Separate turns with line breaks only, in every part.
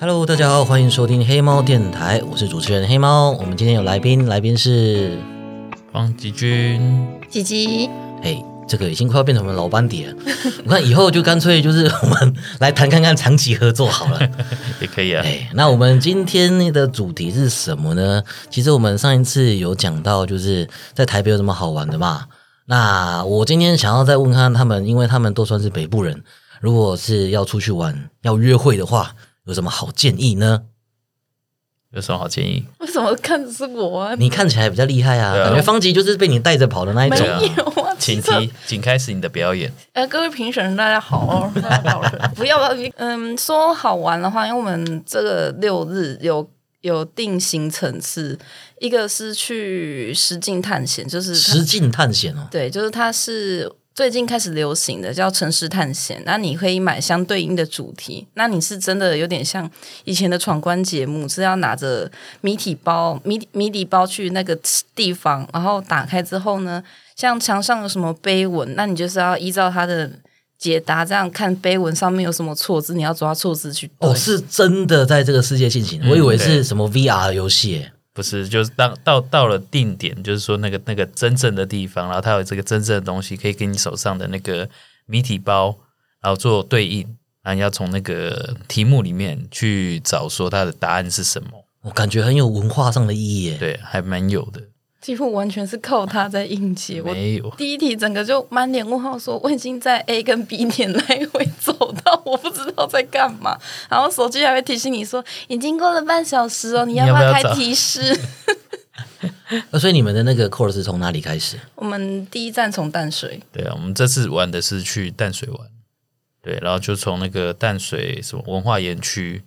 Hello，大家好，欢迎收听黑猫电台，我是主持人黑猫。我们今天有来宾，来宾是，
方吉君，
吉吉，
哎，这个已经快要变成我们老班底了。我看以后就干脆就是我们来谈看看长期合作好了。
也可以啊。
哎，那我们今天的主题是什么呢？其实我们上一次有讲到，就是在台北有什么好玩的嘛。那我今天想要再问看他们，因为他们都算是北部人，如果是要出去玩、要约会的话，有什么好建议呢？
有什么好建议？
为什么看的是我啊？
你看起来比较厉害啊，
对啊
感觉方吉就是被你带着跑的那一
没
种
啊。
有啊，
请
其实
提，请开始你的表演。
呃，各位评审大家好，哦 大家好，不要不要，嗯，说好玩的话，因为我们这个六日有有定行程是，一个是去石境探险，就是它
实境探险哦，
对，就是它是最近开始流行的叫城市探险，那你可以买相对应的主题。那你是真的有点像以前的闯关节目，是要拿着谜底包、谜谜底包去那个地方，然后打开之后呢，像墙上有什么碑文，那你就是要依照它的。解答这样看碑文上面有什么错字，你要抓错字去对。
哦，是真的在这个世界进行，我以为是
对
什么 VR 游戏耶。
不是，就是当到到了定点，就是说那个那个真正的地方，然后它有这个真正的东西，可以给你手上的那个谜题包，然后做对应，然后你要从那个题目里面去找说它的答案是什么。
我哦感觉很有文化上的意义耶。
对，还蛮有的，
几乎完全是靠它在应接。我
没有。
第一题整个就满脸问号说我已经在 A 跟 B 点来回走到，我不知道在干嘛。然后手机还会提醒你说，已经过了半小时哦，你要不
你要
要
不要
开
找
提 示？
呃所以你们的那个 course 是从哪里开始？
我们第一站从淡水，
对啊，我们这次玩的是去淡水玩，对，然后就从那个淡水什么文化园区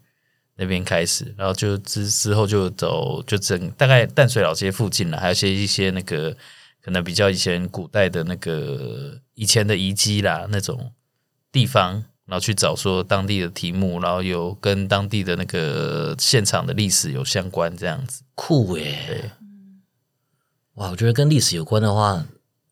那边开始，然后就之之后就走就整大概淡水老街附近了，还有一些一些那个可能比较以前古代的那个以前的遗迹啦那种地方。然后去找说当地的题目，然后有跟当地的那个现场的历史有相关这样子。
酷耶！哇，我觉得跟历史有关的话，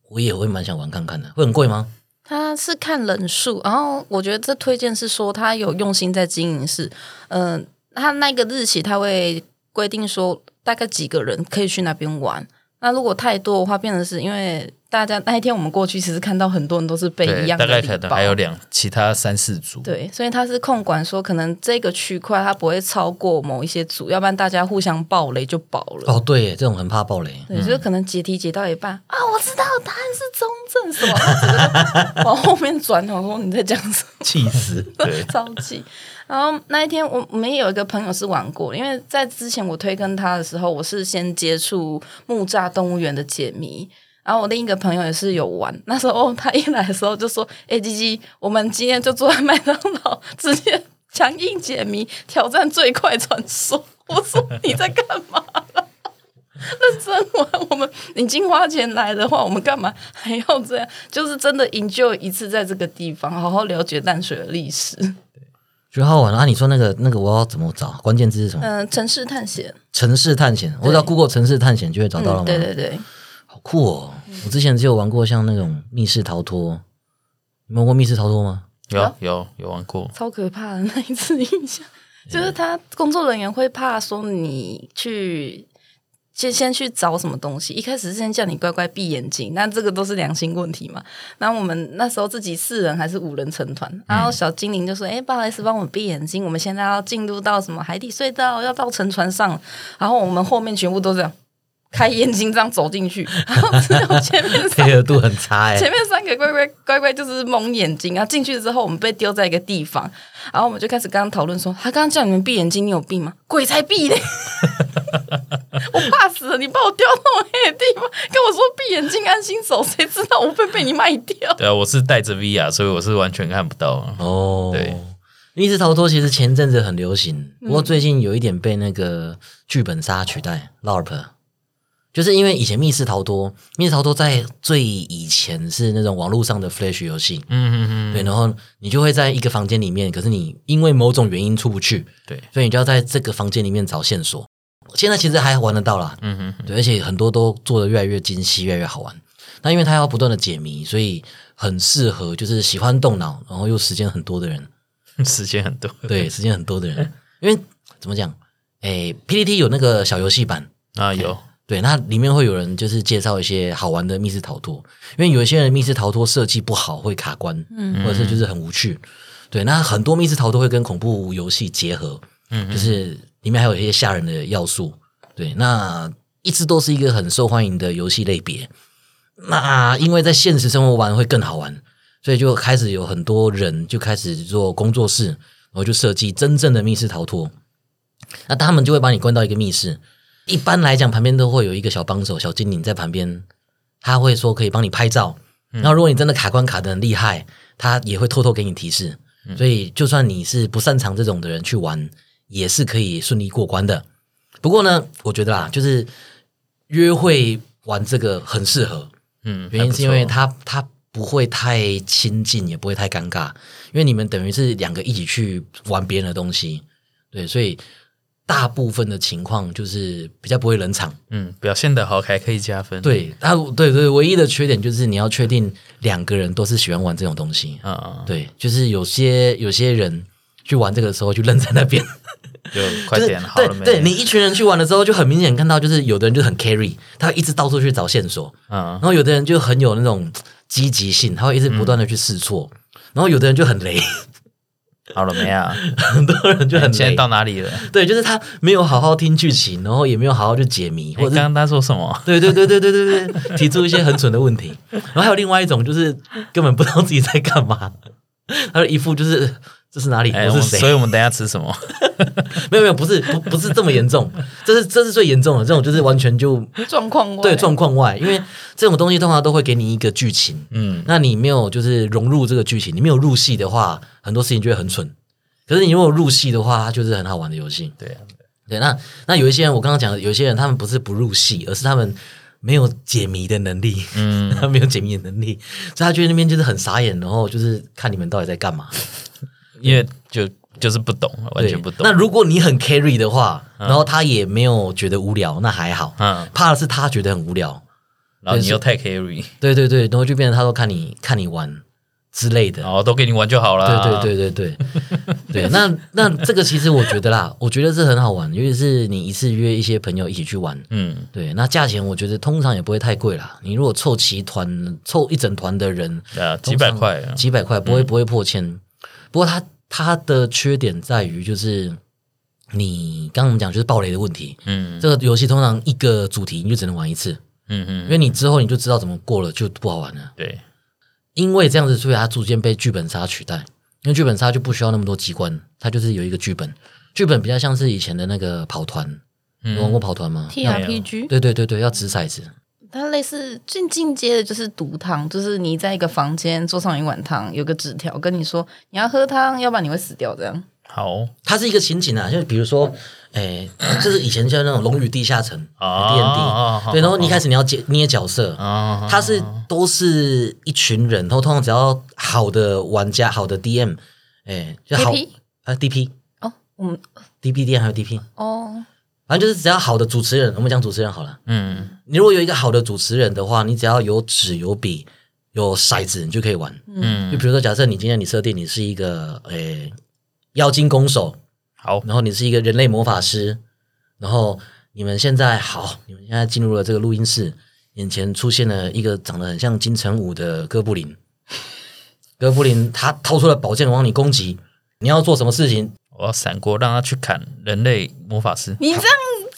我也会蛮想玩看看的。会很贵吗？
他是看人数，然后我觉得这推荐是说他有用心在经营是，嗯、他那个日期他会规定说大概几个人可以去那边玩。那如果太多的话，变成是因为大家那一天我们过去，其实看到很多人都是背一
对，
样
大
的
概
礼
可能
包
还有两其他三四组。
对，所以它是控管说，可能这个区块它不会超过某一些组，要不然大家互相爆雷就爆了。
哦，对耶，这种很怕爆雷。
对，就是可能解题解到一半啊，我知道答案是中正什么，然后整个往后面转，我说你在讲什么，
气死！
对，
超级。然后那一天我我们也有一个朋友是玩过，因为在之前我推跟他的时候，我是先接触木栅动物园的解谜。然后我另一个朋友也是有玩，那时候他一来的时候就说：“哎、鸡鸡，我们今天就坐在麦当劳，直接强硬解谜，挑战最快传说。”我说：“你在干嘛？认真玩，我们已经花钱来的话，我们干嘛还要这样？就是真的 enjoy 一次在这个地方，好好了解淡水的历史。
觉得好玩啊！你说那个那个，我要怎么找？关键字是什么？
嗯、城市探险，
城市探险，我只要 Google 城市探险就会找到了吗？
嗯，对对对，
好酷哦！我之前只有玩过像那种密室逃脱，你们玩过密室逃脱吗？
有
啊
有有玩过，
超可怕的那一次印 象，就是他工作人员会怕说你去。先先去找什么东西，一开始是先叫你乖乖闭眼睛，那这个都是良心问题嘛。然后我们那时候自己四人还是五人成团，
嗯
然后小精灵就说：“哎、不好意思，帮我闭眼睛，我们现在要进入到什么海底隧道，要到沉船上。”然后我们后面全部都这样开眼睛这样走进去，然后只有前面三
配合度很差 哎、
前面三个乖乖乖乖就是蒙眼睛，然啊后进去之后我们被丢在一个地方，然后我们就开始跟他讨论说，他刚刚叫你们闭眼睛，你有病吗？鬼才闭 嘞！我怕死了，你把我丢到那么黑的地方，跟我说闭眼睛安心走，谁知道我会被你卖掉？
对啊，我是带着 VR，所以我是完全看不到啊。
哦，
对，
密室逃脱其实前阵子很流行，不过最近有一点被那个剧本杀取代 LARP，就是因为以前密室逃脱，密室逃脱在最以前是那种网络上的 Flash 游戏，
嗯嗯
对，然后你就会在一个房间里面，可是你因为某种原因出不去，
嗯，对，
所以你就要在这个房间里面找线索。现在其实还玩得到啦，
嗯嗯，
对，而且很多都做的越来越精细，越来越好玩。那因为它要不断的解谜，所以很适合就是喜欢动脑，然后又时间很多的人。
嗯时间很多，
对，时间很多的人，因为怎么讲？哎，PPT 有那个小游戏版，
啊，有
对，那里面会有人就是介绍一些好玩的密室逃脱，因为有一些人密室逃脱设计不好会卡关，嗯，或者是就是很无趣。对，那很多密室逃脱会跟恐怖游戏结合，嗯，就是里面还有一些吓人的要素。对，那一直都是一个很受欢迎的游戏类别。那因为在现实生活玩会更好玩，所以就开始有很多人就开始做工作室，然后就设计真正的密室逃脱。那他们就会把你关到一个密室，一般来讲旁边都会有一个小帮手、小精灵在旁边，他会说可以帮你拍照。然后如果你真的卡关卡的很厉害，他也会偷偷给你提示。所以就算你是不擅长这种的人去玩，也是可以顺利过关的。不过呢，我觉得啦，就是约会玩这个很适合，
嗯，
原因是因为
还不错
他他不会太亲近，也不会太尴尬，因为你们等于是两个一起去玩别人的东西，对，所以大部分的情况就是比较不会冷场。
嗯表现的好还可以加分，
对，啊，对对，唯一的缺点就是你要确定两个人都是喜欢玩这种东西。
啊啊，
对，就是有些有些人去玩这个的时候就愣在那边，
就快
就是
点好了 没？
对，对你一群人去玩的时候，就很明显看到，就是有的人就很 carry，他会一直到处去找线索，
啊
然，后有的人就很有那种积极性，他会一直不
嗯
断的去试错，然后有的人就很雷，
好了没啊？哎
很多人 就很
嗯现在
雷。
到哪里了？
对，就是他没有好好听剧情，然后也没有好好去解谜，
我
或
哎刚
者是
刚他说什么？
对对对对对对对，提出一些很蠢的问题。然后还有另外一种，就是根本不知道自己在干嘛，他的一副就是这是哪里，
哎，
我
我
是谁
所以，我们等一下吃什 么？
没有没有，不是不不是这么严重，这是这是最严重的，这种就是完全就
状况外
对状况外， 因为这种东西通常都会给你一个剧情，
嗯，
那你没有就是融入这个剧情，你没有入戏的话，很多事情就会很蠢。可是你如果入戏的话，它就是很好玩的游戏。
对啊，
对，那那有一些人，我刚刚讲的，有一些人他们不是不入戏，而是他们没有解谜的能力，嗯， 他没有解谜的能力，所以他觉得那边就是很傻眼，然后就是看你们到底在干嘛。
因为就就是不懂， 完
对，
全不懂
那。如果你很 carry 的话，然后他也没有觉得无聊，那还好。
嗯，
怕的是他觉得很无聊。
然后你
对
又太 carry，
对对对，然后就变成他都看你看你玩之类的。
然后都给你玩就好
对
啦。对，
对对对
啊
对对，那那这个其实我觉得啦， 我觉得是很好玩，尤其是你一次约一些朋友一起去玩，
嗯，
对，那价钱我觉得通常也不会太贵啦。你如果凑齐团凑一整团的人，
啊，几百块啊，
几百块不会不会破千。不过它它的缺点在于就是你刚刚我们讲就是暴雷的问题。
嗯
这个游戏通常一个主题你就只能玩一次，
嗯
因
嗯，
为你之后你就知道怎么过了，就不好玩了。
对，
因为这样子，所以它逐渐被剧本杀取代。因为剧本杀就不需要那么多机关，它就是有一个剧本。剧本比较像是以前的那个跑团，你玩过跑团吗？
TRPG，
对对对对，要掷骰子。
它类似最进阶的就是毒汤，就是你在一个房间桌上有一碗汤，有个纸条跟你说你要喝汤，要不然你会死掉这样。
好
它是一个情景啊，就比如说，诶、就是以前像那种《龙与地下城》
啊
D N
啊
D，对，然后你一开始你要解捏角色，
啊，
它是都是一群人，然后通常只要好的玩家、好的 D M，诶、就好
DP
啊 D P
哦，我们
D P D M 还有 D P，
哦，
反正就是只要好的主持人，我们讲主持人好了。
嗯
你如果有一个好的主持人的话，你只要有纸、有笔、有骰子，你就可以玩。就
嗯，
比如说，假设你今天你设定你是一个诶、妖精弓手，
好，
然后你是一个人类魔法师，然后你们现在好，你们现在进入了这个录音室，眼前出现了一个长得很像金城武的哥布林。哥布林他掏出了宝剑往你攻击，你要做什么事情？
我要闪过，让他去砍人类魔法师。
你这样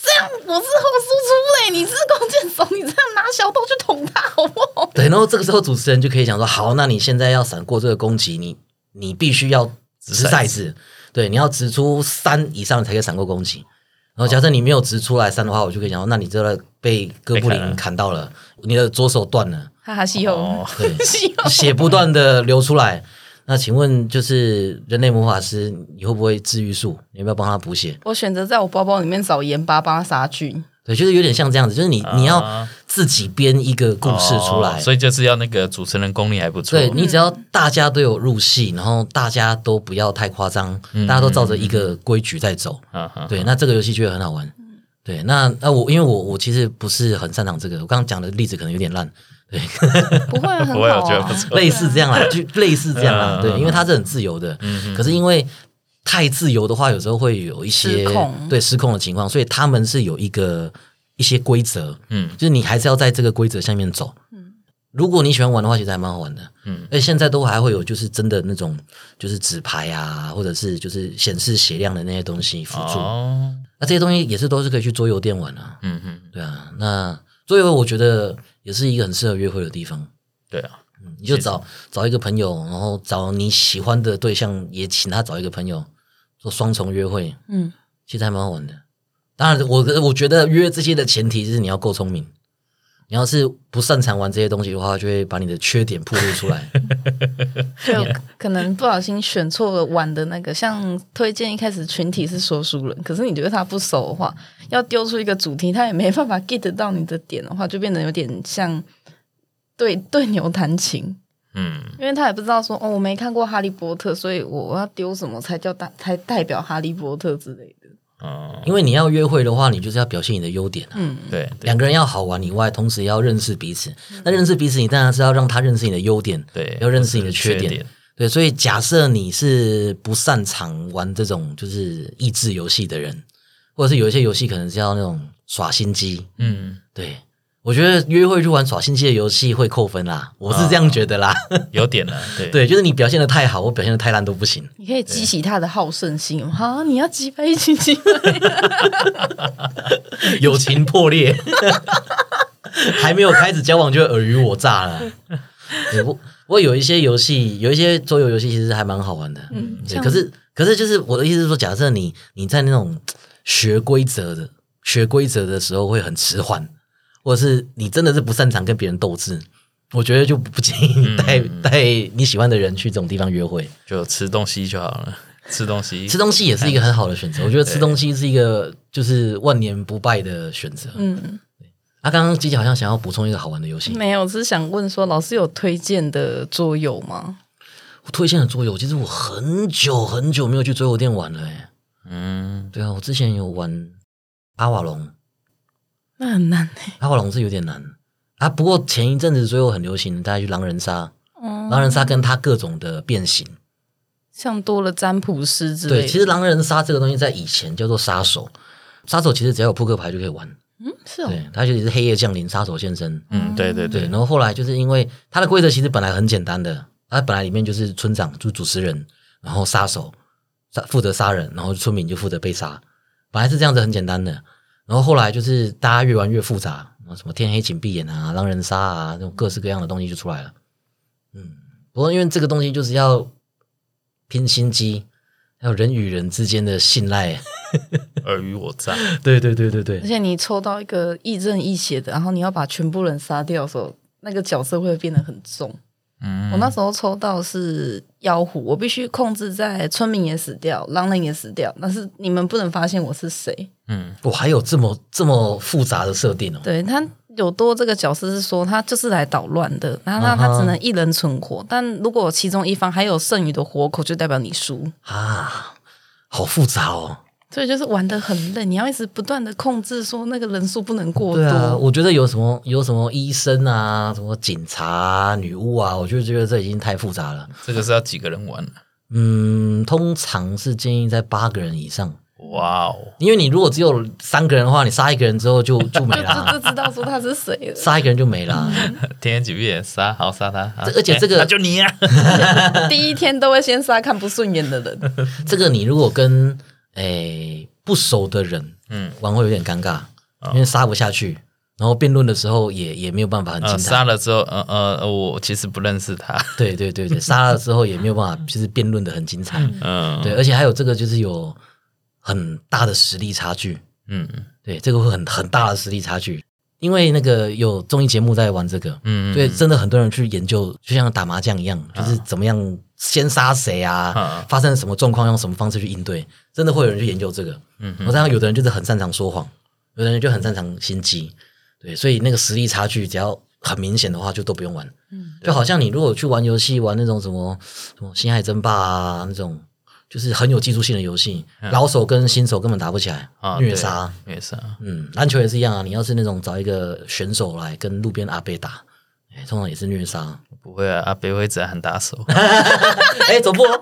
这样，我是后输出嘞，你是弓箭手，你这样拿小刀去捅他好不好？
对，然后这个时候主持人就可以讲说：“好，那你现在要闪过这个攻击，你你必须要掷
掷
骰子，对，你要掷出三以上才可以闪过攻击。然后假设你没有掷出来三的话，我就可以讲说：那你这个被哥布
被砍了
林砍到了，你的左手断了，
哈哈，西游，
哦，
对
西游，
血不断的流出来。那请问，就是人类魔法师，你会不会治愈术？你要不要帮他补血？
我选择在我包包里面找盐巴帮他杀菌。
对，就是有点像这样子，就是你、你要
啊
自己编一个故事出来，
哦所以就是要那个主持人功力还不错。
对你只要大家都有入戏，然后大家都不要太夸张，大家都照着一个规矩在走。
啊哈，
对，那这个游戏就会很好玩。对，那那我因为我我其实不是很擅长这个，我刚刚讲的例子可能有点烂，
不会啊，很
不会，我
好
觉得不
啊。
错。
类似这样啦，就类似这样啦。
嗯
对，因为它是很自由的，可是因为太自由的话，有时候会有一些
失控
对失控的情况，所以他们是有一个一些规则，
嗯
就是你还是要在这个规则下面走。
嗯
如果你喜欢玩的话，其实还蛮好玩的。
嗯，
而且现在都还会有，就是真的那种，就是纸牌啊，或者是就是显示血量的那些东西辅助。
哦，
那这些东西也是都是可以去桌游店玩啊。
嗯嗯，
对啊，那桌游我觉得也是一个很适合约会的地方。
对啊，
嗯你就找找一个朋友，然后找你喜欢的对象，也请他找一个朋友做双重约会，
嗯，
其实还蛮好玩的。当然，我我觉得约这些的前提是你要够聪明。你要是不擅长玩这些东西的话，就会把你的缺点暴露出来。
就可能不小心选错了玩的那个，像推荐一开始群体是说书人，可是你觉得他不熟的话，要丢出一个主题，他也没办法 get 到你的点的话，就变得有点像对对牛弹琴。
嗯
因为他也不知道说哦，我没看过《哈利波特》，所以我我要丢什么才叫代才代表《哈利波特》之类的。
哦，
因为你要约会的话，你就是要表现你的优点啊。
嗯，
对对
两个人要好玩以外，同时也要认识彼此。那认识彼此，你当然是要让他认识你的优点，
对，
要认识你的
不是
缺点
点，
对，所以假设你是不擅长玩这种就是益智游戏的人，或者是有一些游戏可能是要那种耍心机，
嗯，
对我觉得约会去玩耍心机的游戏会扣分啦，我是这样觉得啦。
有点了，对
对，就是你表现的太好，我表现的太烂都不行。
你可以激起他的好胜心哦。好，你要击败一起击败，
友情破裂， 还没有开始交往就尔虞我诈了。对我我有一些游戏，有一些桌游游戏其实还蛮好玩的，嗯，对。
像
可是可是就是我的意思是说，假设你你在那种学规则的学规则的时候会很迟缓，或者是你真的是不擅长跟别人斗智。我觉得就不建议你带、带你喜欢的人去这种地方约会，
就吃东西就好了， 吃东西，
吃东西也是一个很好的选择。我觉得吃东西是一个就是万年不败的选择。
嗯，
啊，刚刚吉姐好像想要补充一个好玩的游戏，
没有，只是想问说，老师有推荐的桌游吗？
我推荐的桌游，其实我很久很久没有去桌游店玩了、欸。
嗯，
对啊，我之前有玩阿瓦隆，
那很难欸诶、
阿瓦隆是有点难啊。不过前一阵子桌游很流行，大家去狼人杀，
哦、
狼人杀跟它各种的变形。
像多了占卜师之类
对，
的，
其实狼人杀这个东西在以前叫做杀手，杀手其实只要有扑克牌就可以玩。
嗯是哦，
对，它其实是黑夜降临杀手现身。
嗯，对对
对，
对
然，后后来就是因为它的规则其实本来很简单的，它本来里面就是村长就是主持人，然后杀手杀负责杀人，然后村民就负责被杀，本来是这样子很简单的。然后后来就是大家越玩越复杂，然后什么天黑请闭眼啊、狼人杀啊，那种各式各样的东西就出来了。嗯，不过因为这个东西就是要拼心机，还有人与人之间的信赖。
尔虞我诈，
对对对对对
而，且你抽到一个亦正亦邪的，然后你要把全部人杀掉的时候，那个角色会变得很重。
嗯，
我那时候抽到是妖狐，我必须控制在村民也死掉，狼人也死掉，但是你们不能发现我是谁。
嗯
我还有这么这么复杂的设定哦。
对他有多这个角色是说他就是来捣乱的，然后他
嗯哼
他只能一人存活，但如果其中一方还有剩余的活口，就代表你输。
啊，好复杂哦。
所以就是玩的很累，你要一直不断的控制说那个人数不能过
对啊，
多。
我觉得有什么有什么医生啊，什么警察、啊、女巫啊，我就觉得这已经太复杂了。
这个是要几个人玩？
嗯，通常是建议在八个人以上，
哇哦，
因为你如果只有三个人的话，你杀一个人之后就就没
就
啦，
就就知道说他是谁 了。
杀一个人就没啦。
天天几遍杀，好杀他，啊
这而且这个
哎那就你啊，
第一天都会先杀看不顺眼的人。
这个你如果跟诶不熟的人
嗯，
玩会有点尴尬，因为杀不下去，然后辩论的时候也也没有办法很
呃，
精彩。
杀了之后，呃呃，呃我其实不认识他，
对对对对，杀了之后也没有办法，就是辩论的很精彩。
嗯，
对，而且还有这个就是有很大的实力差距，
嗯
对，这个会很很大的实力差距，因为那个有综艺节目在玩这个，
嗯，
所以真的很多人去研究，就像打麻将一样，就是怎么样先杀谁啊，
啊
发生什么状况，用什么方式去应对，真的会有人去研究这个。
嗯
我知道有的人就是很擅长说谎，有的人就很擅长心机，对，所以那个实力差距只要很明显的话，就都不用玩。
嗯
就好像你如果去玩游戏，玩那种什么什么《星海争霸》啊那种，就是很有技术性的游戏，老手跟新手根本打不起来，
嗯啊
虐杀。
对虐杀，
嗯，篮球也是一样啊，你要是那种找一个选手来跟路边阿贝打，哎哎通常也是虐杀。
不会啊，阿北会一直喊打 手，
哎，走步哦，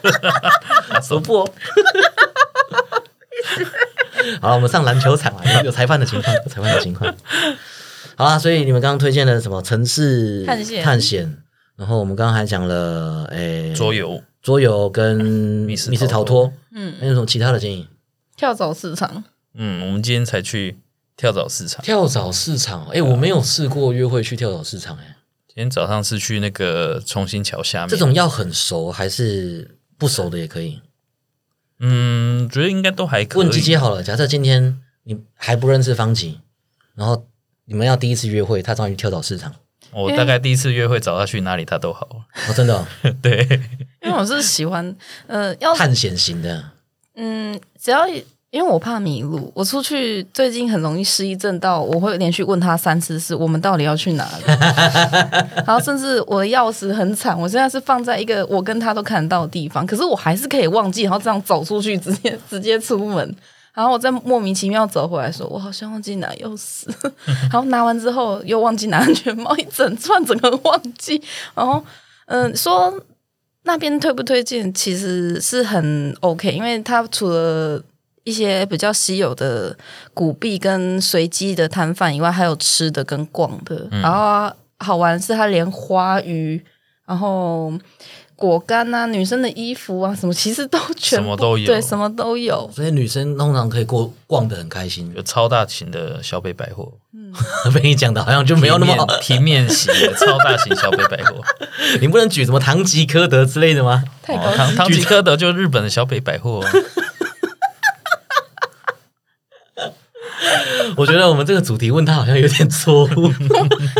打
走
手
步哦。好，我们上篮球 场啊，有有裁判的情况， 有裁判的情况。好啦，所以你们刚刚推荐了什么城市
探险
探险，然后我们刚刚还讲了诶、
桌游，
桌游跟密
室
室逃
逃
脱哎
脱，
嗯
还有什么其他的建议？
跳蚤市场，
嗯，我们今天才去跳蚤市场，
跳蚤市场，哎、我没有试过约会去跳蚤市场、哎，
今天早上是去那个重新桥下面，
这种要很熟还是不熟的也可以。
嗯，觉得应该都还可以。
问鸡鸡好了，假设今天你还不认识方吉，然后你们要第一次约会，他找你去跳蚤市场，
我大概第一次约会找他去哪里，他都好。
哦，真的 哦、
对，
因为我是喜欢，呃，要
探险型的，
嗯，只要因为我怕迷路，我出去最近很容易失忆症到，我会连续问他三四次，我们到底要去哪里？然后甚至我的钥匙很惨，我现在是放在一个我跟他都看得到的地方，可是我还是可以忘记，然后这样走出去，直接直接出门。然后我再莫名其妙走回来说，我好像忘记拿钥匙， 然后拿完之后又忘记拿安全帽，一整串整个忘记。然后，嗯，说那边推不推荐其实是很 OK，因为它除了一些比较稀有的古币跟随机的摊贩以外，还有吃的跟逛的。
嗯
然后好玩是它连花鱼，然后果干啊、女生的衣服啊什么，其实都全
什
部
么都有
对，什么都有。
所以女生通常可以过逛得很开心
有。超大型的小北百货，
被你讲的好像 就没有那 么好，
平面平面型 的超大型小北百货。
你不能举什么堂吉诃德之类的 吗？
太高
哦
级
唐唐吉诃德就是日本的小北百货啊，
我觉得我们这个主题问他好像有点错 误。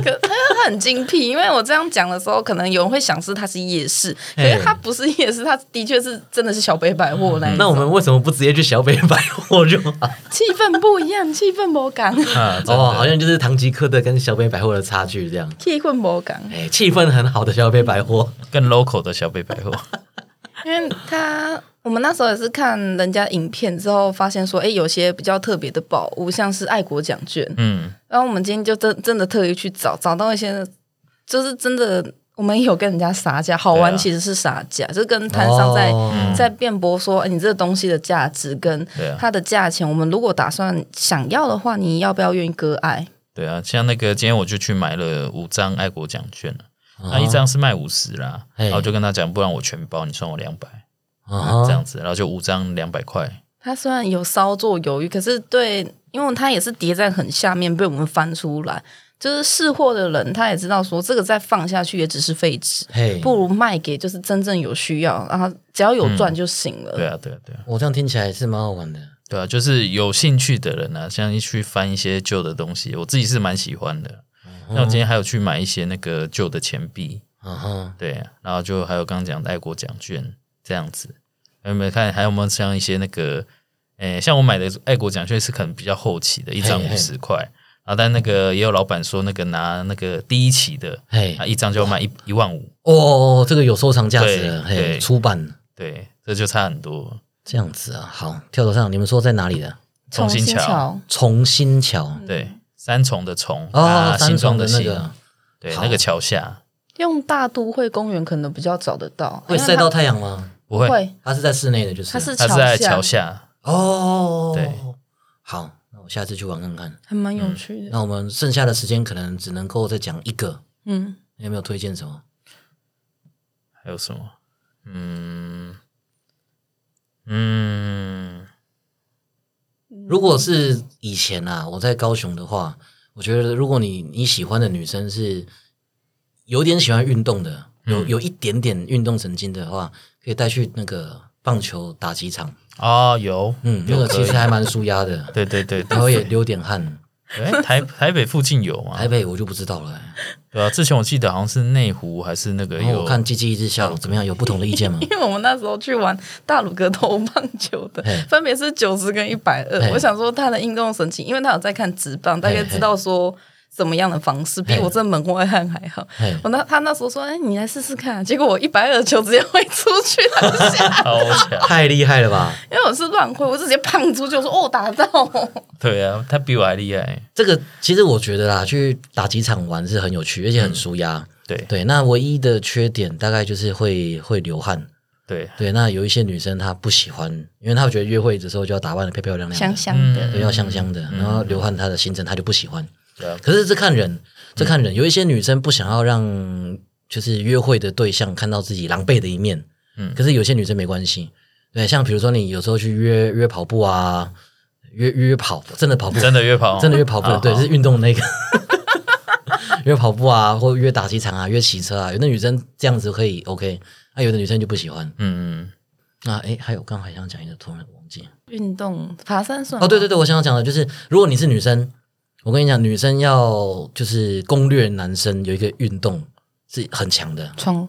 可 它它很精辟，因为我这样讲的时候，可能有人会想是它是夜市，可是它不是夜市，它的确是真的是小北百货那一
嗯那我
种，
们为什么不直接去小北百货就 好？
气氛不一样， 气氛不感，
啊，真
哦，
的
好像就是堂吉诃德跟小北百货的差距这样。
气氛不感，
哎，气氛很好的小北百货，
更 local 的小北百货。
因为它。我们那时候也是看人家影片之后，发现说，哎，有些比较特别的宝物，像是爱国奖券。
嗯，
然后我们今天就真真的特意去找，找到一些，就是真的，我们有跟人家杀价，好玩
对啊
其实是杀价，就跟摊商在
哦
在辩驳说、哎你这个东西的价值跟
对啊
它的价钱，我们如果打算想要的话，你要不要愿意割爱？
对啊，像那个今天我就去买了五张爱国奖券了，那一张是卖五十啦，
啊嘿
然后就跟他讲，不然我全包，你算我两百，
啊
这样子，然后就五张两百块，
它虽然有稍作犹豫，可是对，因为它也是叠在很下面被我们翻出来，就是试货的人他也知道说这个再放下去也只是废纸，
嘿，
不如卖给就是真正有需要，然后只要有赚就行
呃
了。
对啊，对啊，对啊，
哦我这样听起来是蛮好玩的。
对啊，就是有兴趣的人啊，像一去翻一些旧的东西，我自己是蛮喜欢的。
嗯
那我今天还有去买一些那个旧的钱币，
啊哈，
对啊、然后就还有刚刚讲的爱国奖券这样子，有没有看还有没有像一些那个，诶，像我买的爱国奖券是可能比较后期的，一张
嘿嘿
五十块，然后但那个也有老板说那个拿那个第一期的，
嘿
啊，一张就要卖一一万五，
哦哦，哦这个有收藏价值了，
对
嘿，
对
出版
对，这就差很多。
这样子啊。好，跳蚤上，你们说在哪里的？
重新瞧
瞧，
重新桥
嗯
对，三重的重，
嗯哦
啊，，
三
新
重
庄
的那
新，
个
对，
好
那个桥下
用大都会公园可能比较找得到，
会
因为
晒到
它
太阳吗？
不会，
会，
它是在室内的，就是
它是
它是在桥下，
哦，
对，
好，那我下次去玩看看。
还蛮
嗯
有趣的。
那我们剩下的时间可能只能够再讲一个，
嗯，
你有没有推荐什么？
还有什么？嗯嗯，
如果是以前啊，我在高雄的话，我觉得如果你你喜欢的女生是有点喜欢运动的，有有一点点运动神经的话，可以带去那个棒球打几场，
哦，有，
嗯，哦那
有
个
可
其
以
实还蛮舒压 的，
对对对对，
然后也流点汗。
哎，台 台北附近有吗
台？北我就不知道了、欸，
对啊，之前我记得好像是内湖还是那个
然后
有
哦我，看鸡鸡一直笑，怎么样？有不同的意见吗？
因为我们那时候去玩大鲁格投棒球的
嘿，
分别是九十跟一百
嘿
二。我想说他的运动神情，因为他有在看直棒，大概知道说怎么样的方式，比我这门外汉还好。
嘿
我那他那时候说：“哎、你来试试看、结果我一百二球直接挥出去了，
超强。
太厉害了吧！
因为我是乱挥，我直接胖出去。我说：“哦，打到哦
对啊，他比我还厉害。
这个其实我觉得啦，去打几场玩是很有趣，而且很舒压。
对
对，那唯一的缺点大概就是会会流汗。
对，
对，那有一些女生她不喜欢，因为她觉得约会的时候就要打扮的漂漂亮亮的，
香香的。
嗯
对，要香香的，然后流汗她的行程她就不喜欢。
对啊
可是这看人，这看
嗯
人，有一些女生不想要让就是约会的对象看到自己狼狈的一面，
嗯
可是有些女生没关系，对，像比如说你有时候去约约跑步啊，约约跑，真的跑步，
真的越跑
真的约跑步，
哦
对，
好
是运动那个。 约跑步啊，或约打机场啊，约骑车啊，有的女生这样子可以 OK，那、有的女生就不喜欢。
嗯嗯
啊，哎，还有刚才想讲一个，突然忘记了。
运动爬山算吗
哦，对对对，我想要讲的就是，如果你是女生，我跟你讲，女生要就是攻略男生有一个运动是很强的，
床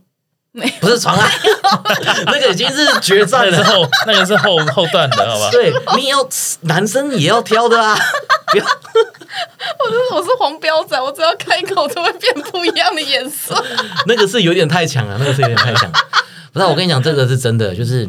不是床啊， 那个已经是决
那
战
个是
了。
后那个是后后段的，好吧？
对，你也要男生也要挑的啊， 不要
我是我是黄标仔，我只要开口就会变不一样的颜色。
那个是有点太强了，那个是有点太强。不是，我跟你讲，这个是真的，就是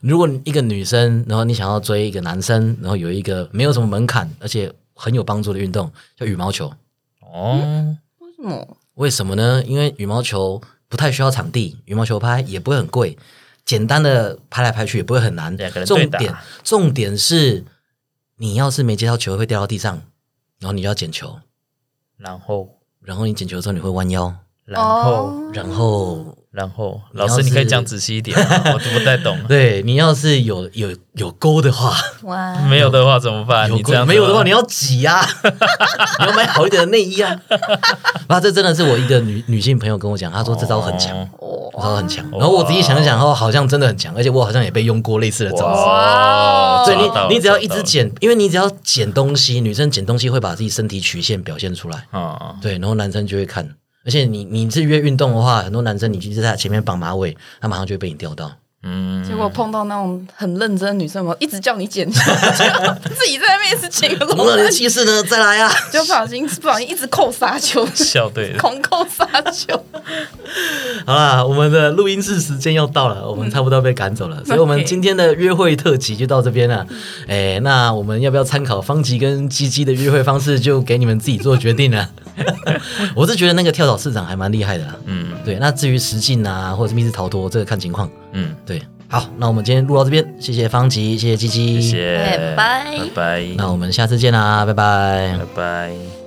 如果一个女生，然后你想要追一个男生，然后有一个没有什么门槛，而且很有帮助的运动，叫羽毛球。
哦，
为什么？
为什么呢？因为羽毛球不太需要场地，羽毛球拍也不会很贵，简单的拍来拍去也不会很难。
两个人对
重
打
点重点是，你要是没接到球会掉到地上，然后你就要捡球，
然后
然后你捡球的时候你会弯腰，
然后
然后
然后，
你要
老师你可以
是
讲仔细一点吗，啊我不太懂。
对你要是有有有勾的话，
哇，
没有的话怎么办？
有
啊你这样
没有的话，你
要
要挤啊， 你要买好一点的内衣啊。哇，这真的是我一个女女性朋友跟我讲，她说这招很强，
哦
这招很强。然后我仔细想一想后，好像真的很强，而且我好像也被用过类似的招式。
哇！
对你
抓到，了
你只要一直，
抓
捡，因为你只要捡东西，女生捡东西会把自己身体曲线表现出来，
到了嗯，
对，然后男生就会看。而且你你是约运动的话，很多男生你就是在他前面绑马尾，他马上就会被你钓到。
嗯，
结果碰到那种很认真的女生，我一直叫你捡球， 自己在那边一直捡个
怎 么了？你
龙
的气势呢？再来啊！
就不小心不小心一直扣杀球，
校队的
狂扣杀球。
好啦，我们的录音室时间要到了，我们差不多要被赶走了，所以我们
OK
今天的约会特辑就到这边了。哎，那我们要不要参考方吉跟鸡鸡的约会方式，就给你们自己做决定了。 我是觉得那个跳蚤市场还蛮厉害的啦。
嗯
对，那至于实境啊，或者是密室逃脱，这个看情况。
嗯，
对，好，那我们今天录到这边，谢谢方吉，谢谢鸡鸡，
谢谢，
哎拜拜
拜拜，
那我们下次见啦，拜拜
拜拜。